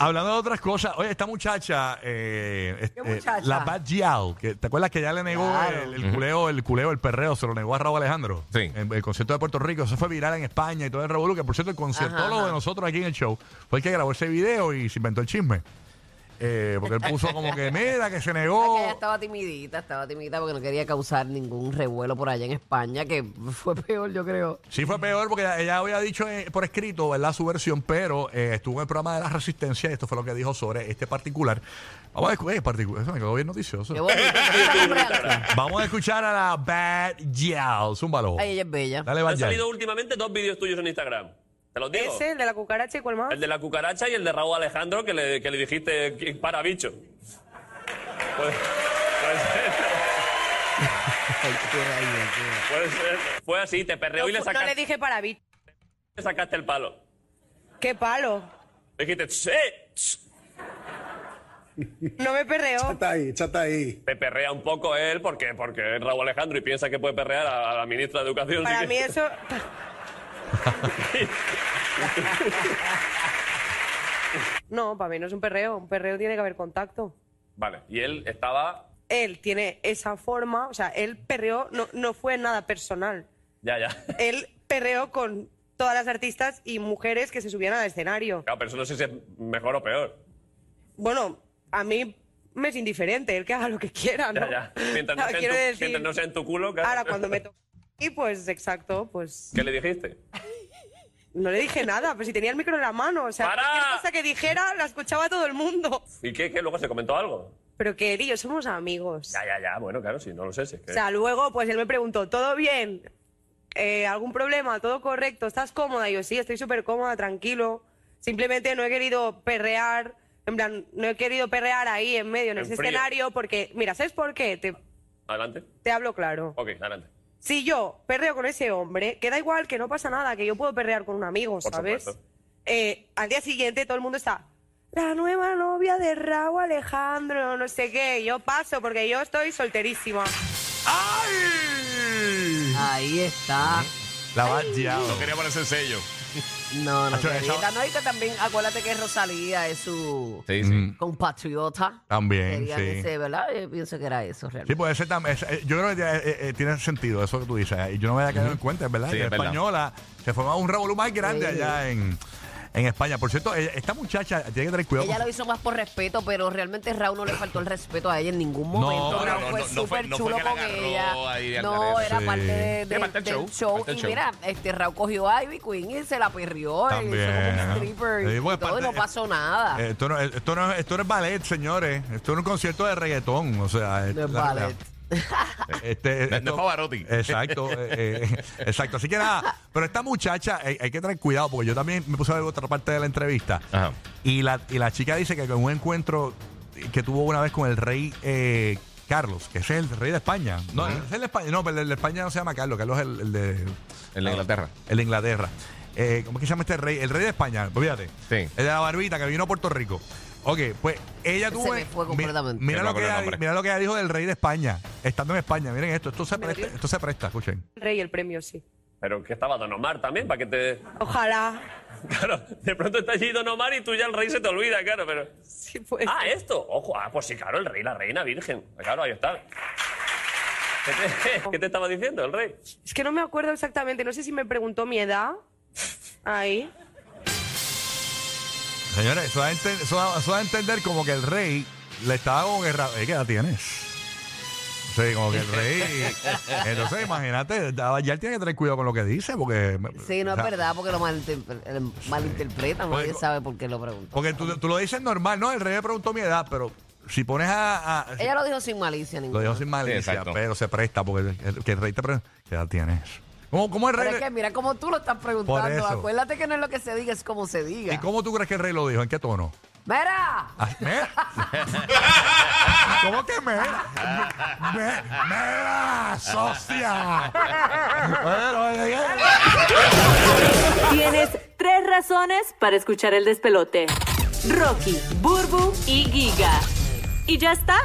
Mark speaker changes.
Speaker 1: Hablando de otras cosas, oye, esta muchacha, eh, es-
Speaker 2: ¿Qué
Speaker 1: eh,
Speaker 2: muchacha?
Speaker 1: la Bad Gyal, que ¿te acuerdas que ya le negó
Speaker 2: Claro.
Speaker 1: el, el culeo, el culeo, el perreo, se lo negó a Raúl Alejandro?
Speaker 3: Sí.
Speaker 1: En el concierto de Puerto Rico, eso fue viral en España y todo el revolú, que por cierto, el conciertólogo de nosotros aquí en el show fue el que grabó ese video y se inventó el chisme. Eh, porque él puso como que, mira, que se negó.
Speaker 2: Que ella estaba timidita, estaba timidita porque no quería causar ningún revuelo por allá en España, que fue peor, yo creo.
Speaker 1: Sí fue peor porque ella, ella había dicho eh, por escrito, ¿verdad? Su versión, pero eh, estuvo en el programa de la Resistencia y esto fue lo que dijo sobre este particular. Vamos a escuchar, particular, eso me quedó bien noticioso.
Speaker 2: Qué bonito. Esa mujer-
Speaker 1: Vamos a escuchar a la Bad Yal, zúmbalo.
Speaker 2: Ay, ella es bella.
Speaker 1: Dale, Bad
Speaker 4: Han
Speaker 1: Gyal.
Speaker 4: salido últimamente dos vídeos tuyos en Instagram. Te los digo.
Speaker 5: Ese, el de la cucaracha y cuál más.
Speaker 4: El de la cucaracha y el de Raúl Alejandro que le, que le dijiste "Qui- para bicho. Puede, puede ser,
Speaker 2: Ay, qué bella, qué bella.
Speaker 4: puede ser. Fue así, te perreó
Speaker 5: No,
Speaker 4: y le
Speaker 5: fu- no le
Speaker 4: sacaste,
Speaker 5: dije para bicho.
Speaker 4: le sacaste el palo.
Speaker 5: ¿Qué palo?
Speaker 4: Le dijiste, "Ch, eh, ch".
Speaker 5: No me perreó.
Speaker 6: Chata ahí, chata ahí.
Speaker 4: te perrea un poco él porque, porque es Raúl Alejandro y piensa que puede perrear a, a la ministra de Educación.
Speaker 5: Para
Speaker 4: así que-
Speaker 5: mí eso... No, para mí no es un perreo. Un perreo tiene que haber contacto.
Speaker 4: Vale, y él estaba...
Speaker 5: Él tiene esa forma, o sea, él perreó, no, no fue nada personal.
Speaker 4: Ya, ya.
Speaker 5: Él perreó con todas las artistas y mujeres que se subían al escenario.
Speaker 4: Claro, pero eso no sé si es mejor o peor.
Speaker 5: Bueno, a mí me es indiferente, él que haga lo que quiera, ¿no?
Speaker 4: Ya, ya. Mientras no,
Speaker 5: O sea,
Speaker 4: sea en
Speaker 5: quiero
Speaker 4: tu,
Speaker 5: decir,
Speaker 4: mientras no sea en tu culo, claro.
Speaker 5: Ahora, cuando me toca y pues exacto, pues
Speaker 4: ¿Qué le dijiste?
Speaker 5: no le dije nada, pero si tenía el micro en la mano, o sea,
Speaker 4: ¡Para!
Speaker 5: cualquier cosa que dijera la escuchaba todo el mundo.
Speaker 4: ¿Y qué, qué? ¿Luego se comentó algo?
Speaker 5: Pero que él y yo somos amigos.
Speaker 4: Ya, ya, ya. Bueno, claro, sí, no lo sé. Si es que...
Speaker 5: O sea, luego pues él me preguntó, ¿todo bien? Eh, ¿Algún problema? ¿Todo correcto? ¿Estás cómoda? Y yo sí, estoy súper cómoda, tranquilo. Simplemente no he querido perrear, en plan, no he querido perrear ahí en medio, en,
Speaker 4: En
Speaker 5: ese
Speaker 4: frío.
Speaker 5: escenario, porque, mira, ¿sabes por qué? Te,
Speaker 4: Adelante.
Speaker 5: te hablo claro.
Speaker 4: Ok, adelante.
Speaker 5: Si yo perreo con ese hombre, queda igual que no pasa nada, que yo puedo perrear con un amigo,
Speaker 4: Por
Speaker 5: ¿sabes?
Speaker 4: supuesto.
Speaker 5: Eh, al día siguiente todo el mundo está, la nueva novia de Raúl Alejandro, no sé qué, yo paso porque yo estoy solterísima.
Speaker 1: ¡Ay!
Speaker 2: Ahí está.
Speaker 1: La Bad Gyal.
Speaker 3: No quería ponerse el sello.
Speaker 2: No, no,
Speaker 1: Nacho,
Speaker 2: querida.
Speaker 1: esa-
Speaker 2: No, y que también, acuérdate que Rosalía es su
Speaker 3: Sí, sí.
Speaker 2: compatriota.
Speaker 1: También,
Speaker 2: Querían
Speaker 1: sí.
Speaker 2: ese, ¿verdad? Yo pienso que era eso
Speaker 1: Sí,
Speaker 2: realmente.
Speaker 1: puede ser tam- es- eh, Yo creo que eh, eh, tiene sentido eso que tú dices. eh, Y yo no me había quedado en cuenta, es verdad.
Speaker 3: Sí,
Speaker 1: que
Speaker 3: es verdad.
Speaker 1: española se formaba un revolú más grande
Speaker 2: Sí.
Speaker 1: allá en, en España. Por cierto, ella- esta muchacha tiene que tener cuidado.
Speaker 2: Ella
Speaker 1: con-
Speaker 2: lo hizo más por respeto, pero realmente Raúl no le faltó el respeto a ella en ningún momento.
Speaker 1: no,
Speaker 2: Raúl
Speaker 3: no,
Speaker 2: fue
Speaker 3: no, no fue-
Speaker 2: súper
Speaker 3: no fue
Speaker 2: chulo
Speaker 3: que la
Speaker 2: con
Speaker 3: agarró ahí
Speaker 2: ella.
Speaker 3: al
Speaker 2: No,
Speaker 3: garete.
Speaker 2: era
Speaker 1: Sí.
Speaker 2: parte de-
Speaker 3: Era parte
Speaker 2: del
Speaker 3: del show,
Speaker 2: show.
Speaker 3: parte del
Speaker 2: Y
Speaker 3: show.
Speaker 2: mira, este Raúl cogió a Ivy Queen y se la perrió. y
Speaker 1: También.
Speaker 2: hizo como un stripper.
Speaker 1: Sí,
Speaker 2: y
Speaker 1: porque
Speaker 2: todo, y
Speaker 1: parte-
Speaker 2: no pasó nada.
Speaker 1: Eh, Esto no, esto, no, esto no es ballet, señores. Esto es un concierto de reggaetón. O sea,
Speaker 2: No es
Speaker 1: la-
Speaker 2: ballet.
Speaker 1: Este,
Speaker 3: No- no es Pavarotti.
Speaker 1: Exacto, eh, eh, exacto. Así que nada, pero esta muchacha eh, hay que tener cuidado porque yo también me puse a ver otra parte de la entrevista
Speaker 3: Ajá.
Speaker 1: y la, y la chica dice que con un encuentro que tuvo una vez con el rey eh, Carlos, que ese es el rey de España. No, ese es el de España, no, pero el de España no se llama Carlos, Carlos es el, el de...
Speaker 3: El de Inglaterra.
Speaker 1: El de Inglaterra. Eh, ¿Cómo es que se llama este rey? El rey de España, olvídate.
Speaker 3: Sí.
Speaker 1: El de la barbita que vino a Puerto Rico. Ok, pues ella
Speaker 2: Se
Speaker 1: tuvo.
Speaker 2: me fue
Speaker 1: mi-
Speaker 2: completamente.
Speaker 1: Mira
Speaker 3: Se me
Speaker 1: lo, que
Speaker 3: fue el
Speaker 1: ella,
Speaker 3: nombre.
Speaker 1: mira lo que ella dijo del rey de España, estando en España. Miren esto, esto se presta, esto se presta escuchen.
Speaker 5: El rey, el premio, sí.
Speaker 4: Pero que estaba Don Omar también, para que te...
Speaker 5: Ojalá,
Speaker 4: Claro, de pronto está allí Don Omar y tú ya el rey se te olvida, claro, pero...
Speaker 5: sí, pues.
Speaker 4: Ah, esto. Ojo, ah, pues sí, claro, el rey, la reina virgen. Claro, ahí está. ¿Qué te, qué te estaba diciendo el rey?
Speaker 5: Es que no me acuerdo exactamente, no sé si me preguntó mi edad. Ahí.
Speaker 1: Señores, eso da, a enten- eso da- eso da a entender como que el rey le estaba como que. ra- "Eh, ¿Qué edad tienes? Sí, como que el rey. Entonces, imagínate, ya él tiene que tener cuidado con lo que dice, porque.
Speaker 2: Sí, no
Speaker 1: o
Speaker 2: es
Speaker 1: sea,
Speaker 2: verdad, porque lo malinterpre- malinterpretan.
Speaker 1: Porque-
Speaker 2: Nadie sabe por qué lo preguntó.
Speaker 1: Porque tú, tú lo dices normal, ¿no? El rey me preguntó mi edad, pero si pones a. a-
Speaker 2: Ella lo dijo sin malicia
Speaker 1: Lo
Speaker 2: ninguna.
Speaker 1: dijo sin
Speaker 3: Sí,
Speaker 1: malicia,
Speaker 3: exacto.
Speaker 1: pero se presta porque el, el- que el rey te pregunta, ¿qué edad tienes? ¿Cómo, cómo el rey?
Speaker 2: Pero es que mira cómo tú lo estás
Speaker 1: Por
Speaker 2: preguntando.
Speaker 1: eso.
Speaker 2: Acuérdate que no es lo que se diga, es como se
Speaker 1: ¿Y
Speaker 2: diga.
Speaker 1: cómo tú crees que el rey lo dijo? ¿En qué tono?
Speaker 2: ¡Mira!
Speaker 1: Ah, ¿me? ¿Cómo que me? ¡Me, me socia! Bueno, eh, eh.
Speaker 7: Tienes tres razones para escuchar el despelote. Rocky, Burbu y Giga. Y ya está.